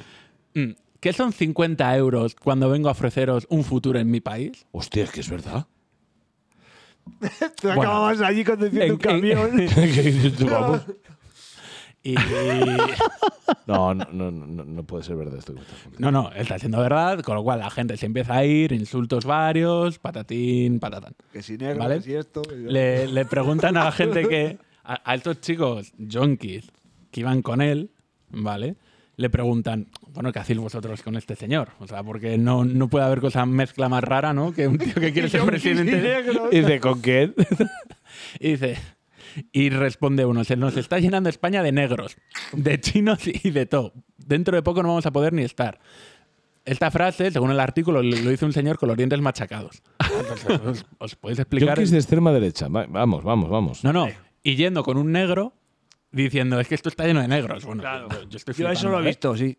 Mm, ¿Qué son 50 euros cuando vengo a ofreceros un futuro en mi <laughs> país? <laughs> Hostia, es que es verdad. Tú Bueno. acababas allí conduciendo En- <laughs> un camión. Que dices tú, vamos. Y, No, no, no, no, no puede ser verdad esto que me estás <laughs> contando. no, no, está siendo verdad, con lo cual la gente se empieza a ir, insultos varios, patatín, patatán. Que si negro, ¿Vale? que si esto. que- Le, le preguntan a la gente que. A, a estos chicos, junkies, que iban con él, ¿vale? Le preguntan, bueno, ¿qué hacéis vosotros con este señor? O sea, porque no, no puede haber cosa mezcla más rara, ¿no? Que un tío que quiere ser presidente. Y dice, ¿con qué? <laughs> Y dice. Y responde uno, se nos está llenando España de negros, de chinos y de todo. Dentro de poco no vamos a poder ni estar. Esta frase, según el artículo, lo lo hizo un señor con los dientes machacados. Entonces, os, os podéis explicar. Yonkis de extrema derecha. Va- Vamos, vamos, vamos. No, no. Y yendo con un negro diciendo, es que esto está lleno de negros. Bueno, yo, yo estoy Yo eso flipando, lo he ¿vale? visto, sí.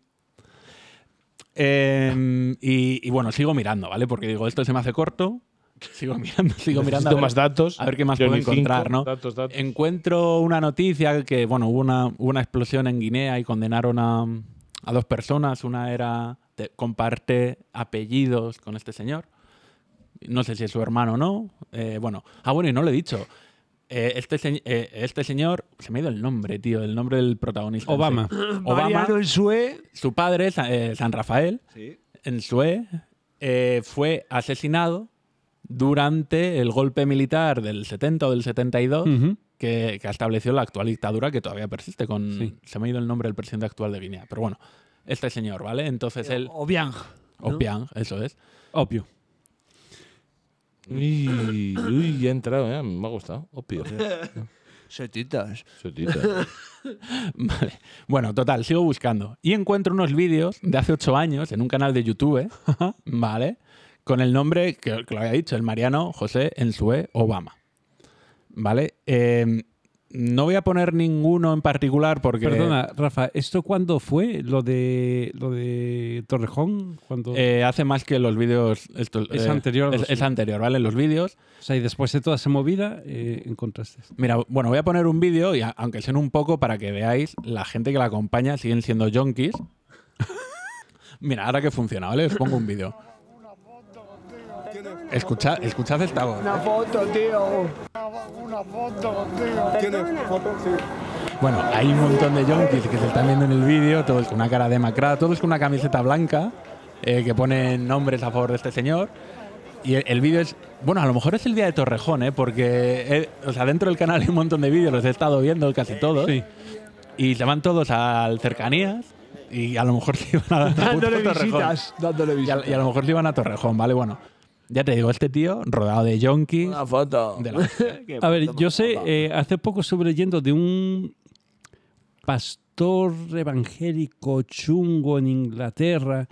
Eh, y, y bueno, sigo mirando, ¿vale? Porque digo, esto se me hace corto. Sigo <laughs> mirando, sigo mirando. a Necesito ver- más datos. a ver qué más Johnny puedo encontrar, cinco, ¿no? Datos, datos. Encuentro una noticia que, bueno, hubo una, hubo una explosión en Guinea y condenaron a, a dos personas. Una era, te- comparte apellidos con este señor. No sé si es su hermano o no. Eh, bueno, ah, bueno, y no lo he dicho. Eh, este, se- eh, este señor, se me ha ido el nombre, tío, el nombre del protagonista. en sí. Obama. Obama, Mariano en Sue. su padre, Sa- eh, San Rafael, en Sue, eh, fue asesinado durante el golpe militar del 70 o del 72 Ujú. que, que estableció la actual dictadura que todavía persiste con... Sí. Se me ha ido el nombre del presidente actual de Guinea, pero bueno, este señor, ¿vale? Entonces él... Obiang. Opiang, eso es. Obvio. Uy, uy, ya he entrado, ¿eh? me ha gustado. <laughs> Opio. Setitas. Sotita. <laughs> Vale. Bueno, total, sigo buscando. Y encuentro unos vídeos de hace ocho años en un canal de YouTube, ¿vale? Con el nombre, que, que lo había dicho, el Mariano José Ensue Obama. ¿Vale? Eh, no voy a poner ninguno en particular <laughs> porque... Perdona, Rafa, ¿esto cuándo fue? Lo de lo de Torrejón, cuando eh, hace más que los vídeos... esto, Es eh, anterior a Es, los- es anterior, ¿vale? Los vídeos. o sea, y después de toda esa movida eh, encontraste. esto. Mira, bueno, voy a poner un vídeo, y a- aunque sea un poco, para que veáis, la gente que la acompaña siguen siendo <laughs> junkies. Mira, ahora que funciona, ¿vale? Os pongo un vídeo. Escuchad, escuchad esta voz. ¿eh? foto, tío. Bueno, hay un montón de junkies que se están viendo en el vídeo, todos con una cara demacrada, todos con una camiseta blanca, eh, que ponen nombres a favor de este señor. Y el, el vídeo es. Bueno, a lo mejor es el día de Torrejón, ¿eh? Porque eh, o sea, dentro del canal hay un montón de vídeos, los he estado viendo casi todos. Sí. Y se van todos al cercanías y a lo mejor <laughs> se iban a, a puto Dándole Torrejón. visitas. Dándole Y a, visitas. y a lo mejor se iban a Torrejón, ¿vale, bueno. Ya te digo, este tío, rodado de yonkis. Una foto. de <laughs> la- A ver, yo sé, eh, hace poco estuve leyendo de un pastor evangélico chungo en Inglaterra.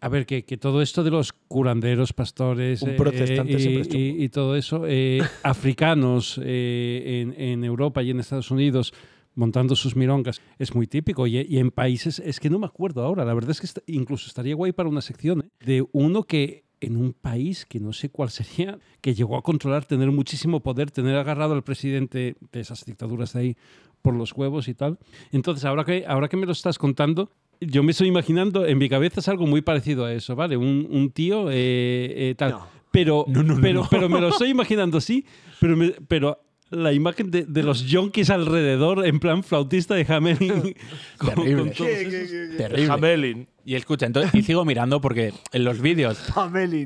A ver, que, que todo esto de los curanderos, pastores eh, Un protestante y, siempre es chungo. y- y todo eso, <laughs> eh, africanos eh, en, en Europa y en Estados Unidos montando sus mirongas, es muy típico. Y, y en países, es que no me acuerdo ahora, la verdad es que est- incluso estaría guay para una sección ¿eh? de uno que en un país que no sé cuál sería, que llegó a controlar, tener muchísimo poder, tener agarrado al presidente de esas dictaduras de ahí por los huevos y tal. Entonces, ahora que, ahora que me lo estás contando, yo me estoy imaginando, en mi cabeza es algo muy parecido a eso, ¿vale? Un, un tío eh, eh, tal. Pero, pero, pero me lo <laughs> estoy imaginando así, pero, me- pero la imagen de, de los yonkis alrededor, en plan flautista de <laughs> Hamelin. con- con Terrible. todos esos. Terrible. Y escucha, entonces, y sigo mirando porque en los vídeos.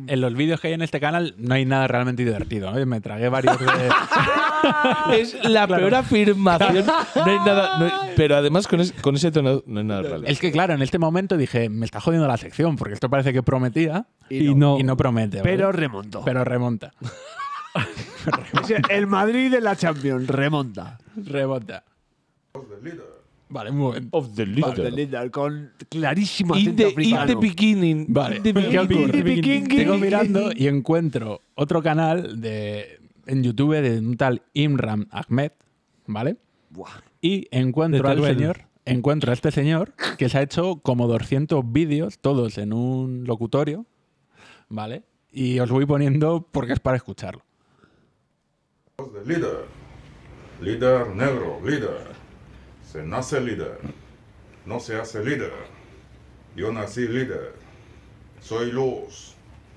En los vídeos que hay en este canal no hay nada realmente divertido. ¿no? Yo Me tragué varios de. <laughs> <laughs> Es la peor afirmación. <laughs> No hay nada. no hay- pero además con, es- con ese tono no hay nada real. es que, claro, en este momento dije, me está jodiendo la sección, porque esto parece que prometía Y Y no. no, y no promete. ¿vale? Pero remontó. Pero remonta. <laughs> Es el- el Madrid de la Champions. Remonta. Remonta. Vale, un momento. Of the leader. Del Lindau, Con clarísimo In acento the, in africano. the beginning. Vale. In the beginning. ¿Qué ocurre? Piquín, Sigo piquín. mirando y encuentro otro canal de, en YouTube de un tal Imran Ahmed, ¿vale? Y encuentro De al Teruel. señor, encuentro a este señor que se ha hecho como 200 vídeos, todos en un locutorio, ¿vale? Y os voy poniendo porque es para escucharlo. Líder. Líder negro, líder. Se nace líder. No se hace líder. Yo nací líder. Soy luz.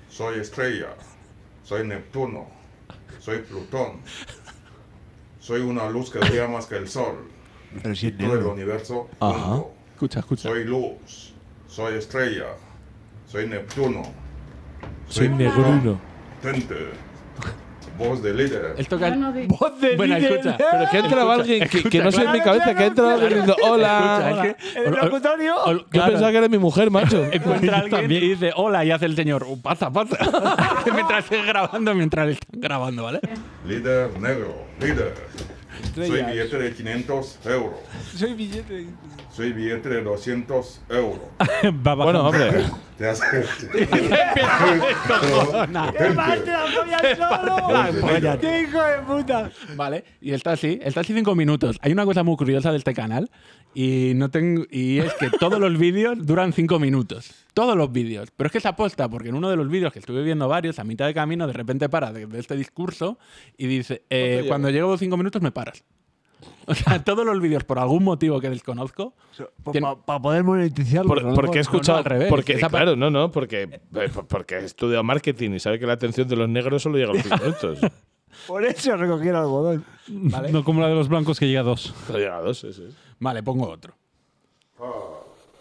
Soy estrella. Soy Neptuno. Soy Plutón. Soy una luz que brilla más que el sol. Pero si y es todo el negro. universo Ajá. junto. Escucha, escucha. Soy luz, soy estrella, soy Neptuno, Soy negruno. Tente, voz de líder. Él toca el... Voz de Bueno, líder. escucha. Pero es que ha entrado alguien que, que no sé en mi cabeza, que ha entrado alguien diciendo, <laughs> hola. Escucha, es que- El o- o- locutorio. o- Yo claro, pensaba que era mi mujer, macho. <laughs> encuentra a alguien y dice hola y hace el señor, "Oh, pasa, pasa. <laughs> mientras estés grabando, mientras están grabando, ¿vale? Líder negro, líder. Soy billete de 500 euros. Soy billete de 200 euros. Va bajando. Bueno, hombre. Te hace. ¡Qué hijo de puta! <laughs> Vale, y está así, está así cinco minutos. Hay una cosa muy curiosa de este canal y no tengo y es que todos los vídeos duran cinco minutos. Todos los vídeos. Pero es que es aposta, porque en uno de los vídeos que estuve viendo varios, a mitad de camino, de repente para de, de este discurso y dice, eh, cuando llego cinco minutos me paras. <laughs> O sea, todos los vídeos, por algún motivo que desconozco, Tien- Para Pues poder monetizarlo. Por- ¿no? porque no, he escuchado. al revés. Porque, Esa pa- claro, no, no, porque, eh, por- porque he estudiado marketing y sabe que la atención de los negros solo llega a los 5 <laughs> minutos. Por eso recogí el algodón. ¿vale? No como la de los blancos que llega a dos. Solo llega a dos, eso es. Vale, pongo otro.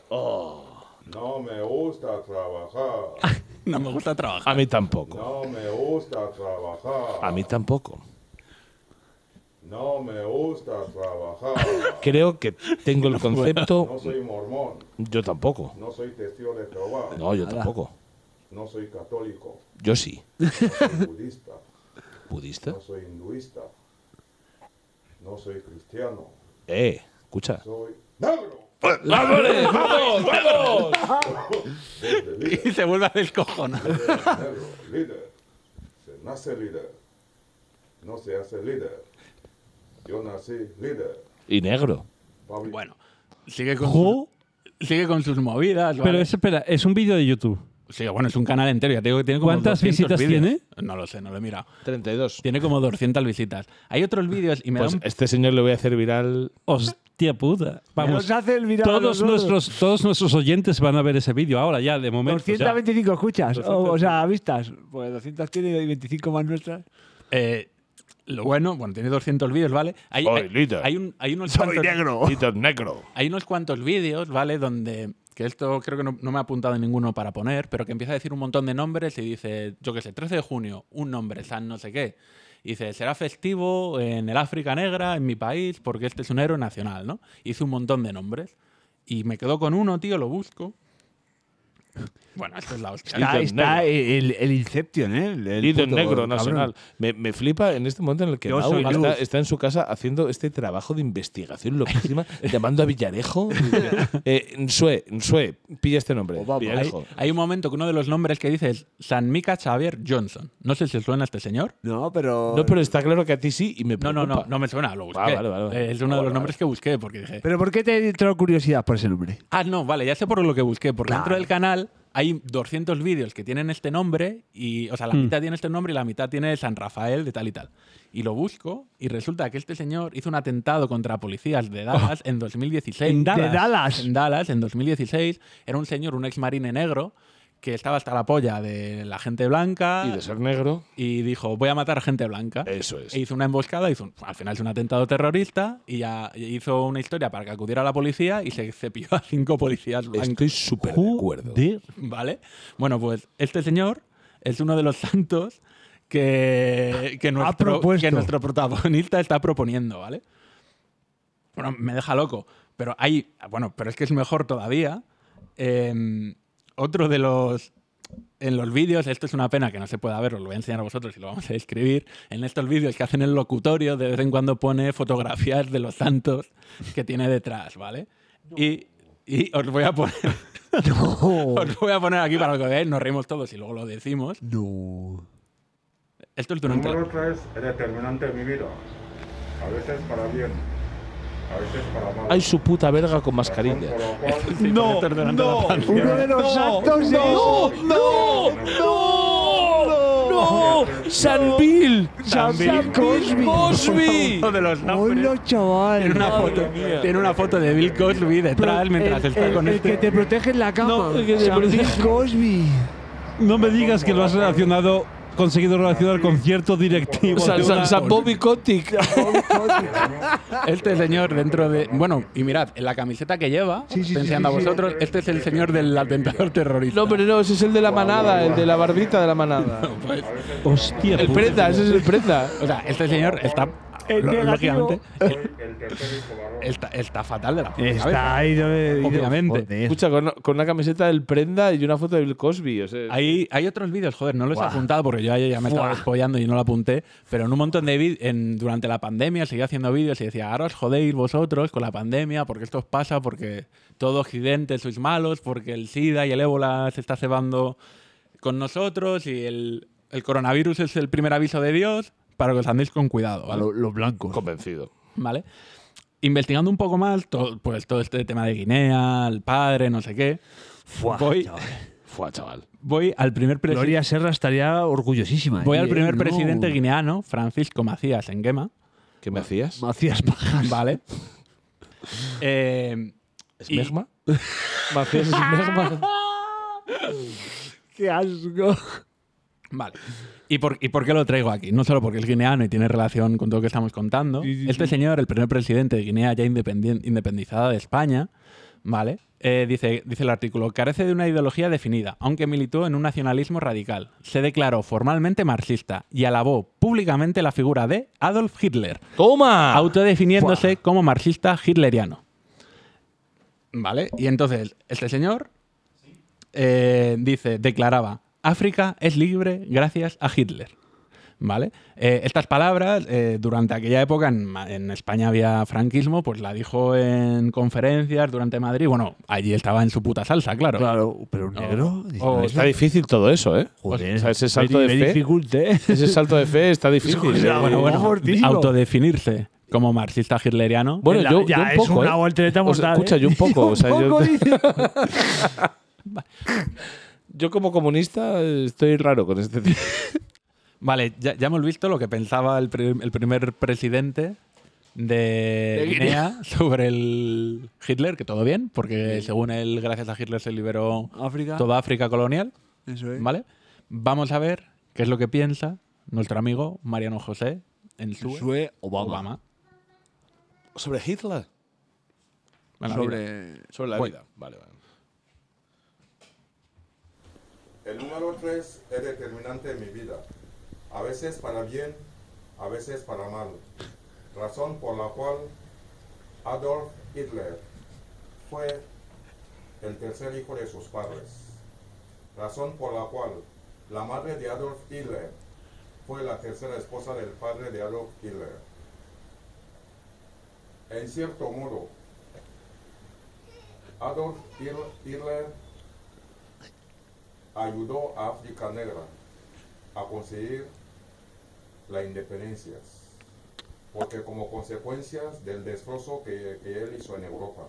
No me gusta trabajar. No me gusta trabajar. A mí tampoco. No me gusta trabajar. A mí tampoco. No me gusta trabajar. Creo que tengo <laughs> el concepto. No soy mormón. Yo tampoco. No soy testigo de Jehová. No, yo tampoco. No soy católico. Yo sí. No soy budista. ¿Budista? No soy hinduista. No soy cristiano. Eh, escucha. Soy negro. <laughs> ¡Vámonos! ¡Vamos! ¡Vamos! Voz de líder. Y se vuelve del cojón. Negro, líder. Se nace líder. No se hace líder. Yo nací líder. Y negro. Pablo- Bueno, sigue con, sigue con sus movidas. Pero ¿vale? es- espera, es un vídeo de YouTube. Sí, bueno, es un canal entero. Ya te digo que tiene como ¿Cuántas 200 visitas vídeos. No lo sé, no lo he mirado. 32. Tiene como 200 visitas. Hay otros vídeos y me Pues dan. este señor le voy a hacer viral. Hostia puta. Vamos. Nos hace el viral. a Todos nosotros. nuestros, todos nuestros oyentes van a ver ese vídeo ahora ya, de momento. ya. 225 escuchas. O, o sea, vistas. Pues 200 tiene y 25 más nuestras. eh, lo bueno, bueno, tiene 200 vídeos, ¿vale? Hay, Soy hay- líder. hay un, hay unos Soy cuantos- negro. Peter Negro. Hay unos cuantos vídeos, ¿vale? Donde, que esto creo que no, no me ha apuntado ninguno para poner, pero que empieza a decir un montón de nombres y dice, yo qué sé, 13 de junio, un nombre, San no sé qué. Y dice, será festivo en el África Negra, en mi país, porque este es un héroe nacional, ¿no? Hice un montón de nombres. Y me quedo con uno, tío, lo busco. Bueno, esto es la hostia. Está- está el, Inception, ¿eh? El, Líder negro nacional. Me, me flipa en este momento en el que Yo Mau soy está, luz. está en su casa haciendo este trabajo de investigación loquísima, <laughs> llamando a Villarejo. <laughs> eh, Nsue, Nsue, pilla este nombre. O vamos. Hay, Villarejo. hay un momento que uno de los nombres que dice es San Mica Xavier Johnson. No sé si os suena este señor. No, pero. No, pero está claro que a ti sí y me No, no, preocupa. no, no me suena, lo busqué. Ah, vale, vale, vale. Es uno Ah, de los vale, nombres que busqué porque dije, ¿Pero por qué te entró curiosidad por ese nombre? Ah, no, vale, ya sé por lo que busqué, porque dentro del canal hay 200 vídeos que tienen este nombre, y, o sea, la Hmm. mitad tiene este nombre y la mitad tiene San Rafael de tal y tal. Y lo busco y resulta que este señor hizo un atentado contra policías de <laughs> Dallas en 2016. ¿En Dallas? ¿De Dallas? En Dallas, en 2016. Era un señor, un ex marine negro, que estaba hasta la polla de la gente blanca Y de ser negro, y dijo, voy a matar a gente blanca. eso es. E hizo una emboscada, hizo un- al final es un atentado terrorista y ya y hizo una historia para que acudiera la policía y se cepilló a cinco policías blancos. Estoy súper de acuerdo. Joder. ¿Vale? Bueno, pues este señor es uno de los santos que, que, nuestro, propuesto. que nuestro protagonista está proponiendo, ¿vale? Bueno, me deja loco. Pero hay. Bueno, pero es que es mejor todavía. Eh, otro de los. En los vídeos, esto es una pena que no se pueda ver, os lo voy a enseñar a vosotros y lo vamos a describir. En estos vídeos que hacen el locutorio, de vez en cuando pone fotografías de los santos que tiene detrás, ¿vale? Y, y os voy a poner. <laughs> Os voy a poner aquí para que lo veáis, nos reímos todos y luego lo decimos. No. Esto es durante. Número 3 es determinante en mi vida. A veces para bien, a veces para mal. Ay, su puta verga con Razón mascarilla. por la <laughs> cual no, no. Uno de los santos no, es. ¡No! ¡No! ¡No! ¡San Bill! San Bill Cosby. ¡Cosby! Uno de los nombres. Hola, chaval. Tiene una, Pero foto, tiene una foto de Bill Cosby detrás mientras el, está el- con el este. que te protege en la cama. No, el que te San Bill protege. Cosby. No me digas que lo has relacionado conseguido relacionar con cierto directivo. San, de una- San- San Bobby Kotick. Este Este señor dentro de. Bueno, y mirad, en la camiseta que lleva, Sí, sí, estoy sí, enseñando sí, a sí. vosotros, este es el señor del atentador terrorista. No, pero no, ese es el de la manada, el de la barbita de la <laughs> manada. Pues, Hostia, El puta. prenda, ese es el prenda. o sea, este señor está. lo- Lógicamente, está, está fatal de la puta cabeza, Está ahí, no me- Obviamente. Joder. Escucha, con, con una camiseta del prenda y una foto de Bill Cosby. O sea, Hay, hay otros vídeos, joder, no los he apuntado porque yo ayer ya me estaba apoyando y no lo apunté, pero en un montón de vídeos, durante la pandemia seguía haciendo vídeos y decía, ahora os jodéis vosotros con la pandemia porque esto os pasa, porque todo Occidente sois malos, porque el SIDA y el ébola se está cebando con nosotros y el, el coronavirus es el primer aviso de Dios para que os andéis con cuidado, ¿vale? Lo- Los blancos. Convencido. ¿Vale? Investigando un poco más, to- pues todo este tema de Guinea, el padre, no sé qué, Fuah, voy- chaval. Fua, chaval. voy al primer presidente. Gloria Serra estaría orgullosísima. Voy ¿eh? al primer No. presidente guineano, Francisco Macías Enguema, ¿Qué me hacías? Macías Pajas. <laughs> ¿vale? Eh, ¿Es y- Megma? Macías es un Megman. ¡Qué asco! Vale. ¿Y por, ¿Y por qué lo traigo aquí? No solo porque es guineano y tiene relación con todo lo que estamos contando. Este señor, el primer presidente de Guinea ya independien- independizada de España, ¿vale? Eh, dice, dice el artículo, carece de una ideología definida, aunque militó en un nacionalismo radical. Se declaró formalmente marxista y alabó públicamente la figura de Adolf Hitler. Ah. ¡Toma! autodefiniéndose como marxista hitleriano. ¿Vale? Y entonces, este señor eh, dice, declaraba, África es libre gracias a Hitler. ¿Vale? Eh, estas palabras, eh, durante aquella época, en, Ma- en España había franquismo, pues la dijo en conferencias durante Madrid. Bueno, allí estaba en su puta salsa, claro. Claro, pero un negro. dice, o- no, Oh, Está difícil todo eso, ¿eh? Joder. O sea, ese salto me- de me fe. dificulte, ¿eh? <laughs> Ese salto de fe <laughs> está difícil. Joder, ¿eh? Bueno, bueno, Vamos, fortísimo. autodefinirse como marxista hitleriano. Bueno, La- yo, ya, yo es un poco. una ¿eh? voltereta O sea, mortal, escucha, ¿eh? <laughs> yo un poco. o sea, yo- Poco dice. yo como comunista estoy raro con este tipo. Vale, ya, ya hemos visto lo que pensaba el, pri- el primer presidente de, Guinea <laughs> sobre el Hitler, que todo bien, porque según él, gracias a Hitler se liberó África. toda África colonial, Eso es. ¿vale? Vamos a ver qué es lo que piensa nuestro amigo Mariano José en Sue, Sue Obama. ¿Sobre Hitler? Bueno, sobre. Sobre la Voy. vida. Vale, vale. El número 3 es determinante en mi vida, a veces para bien, a veces para mal. Razón por la cual Adolf Hitler fue el tercer hijo de sus padres. Razón por la cual la madre de Adolf Hitler fue la tercera esposa del padre de Adolf Hitler. En cierto modo, Adolf Hitler- Hitler ayudó a África Negra a conseguir la independencia, porque como consecuencias del destrozo que, que él hizo en Europa,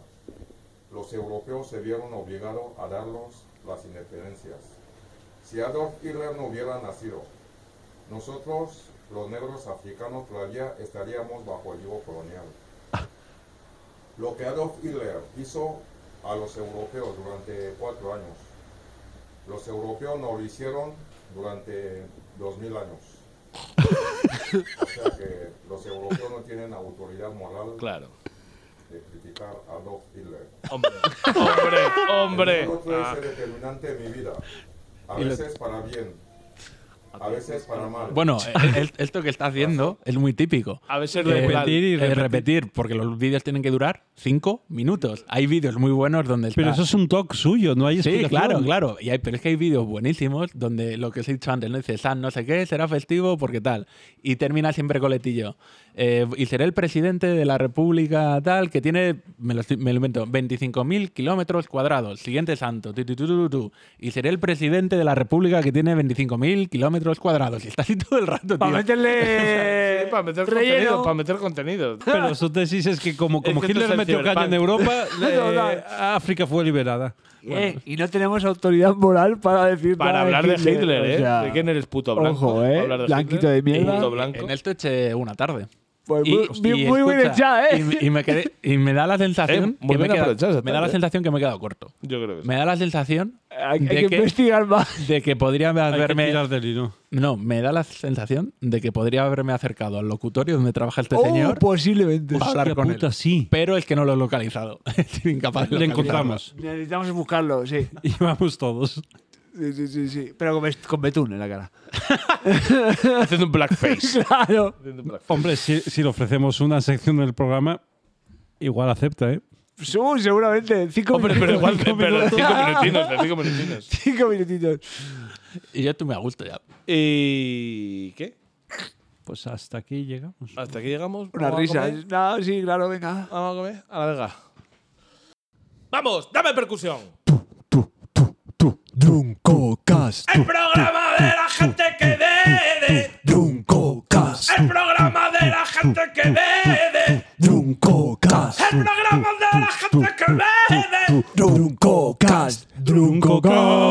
los europeos se vieron obligados a darnos las independencias. Si Adolf Hitler no hubiera nacido, nosotros, los negros africanos, todavía estaríamos bajo el yugo colonial. Lo que Adolf Hitler hizo a los europeos durante cuatro años los europeos nos lo hicieron durante 2000 años. O sea que los europeos no tienen autoridad moral Claro. de criticar a Adolf Hitler. Hombre, hombre, Ah. El número tres es determinante en mi vida. A veces para bien, a veces para mal. Bueno, el- el- esto que está haciendo es muy típico. A veces Eh, repetir. eh, repetir, porque los vídeos tienen que durar cinco minutos. Hay vídeos muy buenos donde Pero eso está- es un talk suyo, no hay Sí, explicación. claro, claro. Y hay, pero es que hay vídeos buenísimos donde lo que os he dicho antes, ¿no? Dice, San, no sé qué, será festivo porque tal. Y termina siempre coletillo. Eh, y seré el presidente de la República tal, que tiene, me lo, estoy- me lo invento, 25.000 kilómetros cuadrados. Siguiente santo. tu, tu, tu, tu, tu, tu. Y seré el presidente de la República que tiene 25.000 kilómetros cuadrados. Y está así todo el rato, tío. Para <laughs> meterle. Para meter contenido. relleno. Para meter <laughs> contenido. Pero su tesis es que como, como que esto es Hitler el metió caña en <laughs> cyberpunk. Europa, eh, Total. África fue liberada. Eh, y no tenemos autoridad moral para decir Para nada hablar de Hitler, o ¿eh? sea, ¿De quién eres puto blanco? Ojo, ¿eh, Hablar blanquito de Hitler, mierda. Puto blanco. En esto eché una tarde. Pues Y- muy, y muy bien escucha, hecha, ¿eh? y me- Y, me quedé- y me da la sensación. <laughs> Eh, muy que me, bien queda- aprovechada esa me da la tarde. sensación que me he quedado corto. Yo creo que sí. Me da la sensación Hay, hay de que que- investigar más. de que podría Hay que haberme. tirar del hilo. No, me da la sensación de que podría haberme acercado al locutorio donde trabaja este Oh, señor. posiblemente. para hablar Hostia con puta, él. sí. Pero es que no lo he localizado. <laughs> Estoy incapaz de Le localizarlo. encontramos. Necesitamos buscarlo, sí. <laughs> Y vamos todos. Sí, sí, sí. sí. Pero con, bes- con betún en la cara. Haciendo un blackface. <laughs> Claro. Hombre, si, si le ofrecemos una sección del programa, igual acepta, ¿eh? Su, seguramente. Cinco Hombre, pero minutitos. igual, pero de <laughs> cinco minutinos, de cinco minutinos. <laughs> Cinco minutitos. Y yo tú me gusto ya. ¿Y qué? Pues hasta aquí llegamos. ¿Hasta aquí llegamos? Una ¿Vamos a risa. eh. comer? No, sí, claro, venga. ¿Vamos a comer? A la vega. ¡Vamos! ¡Dame percusión! Tu, tu, tu. Druncocast. ¡El programa de la gente que bebe! Druncocast. ¡El programa de la gente que bebe! Druncocast. ¡El programa de la gente que bebe! Druncocast. Druncocast.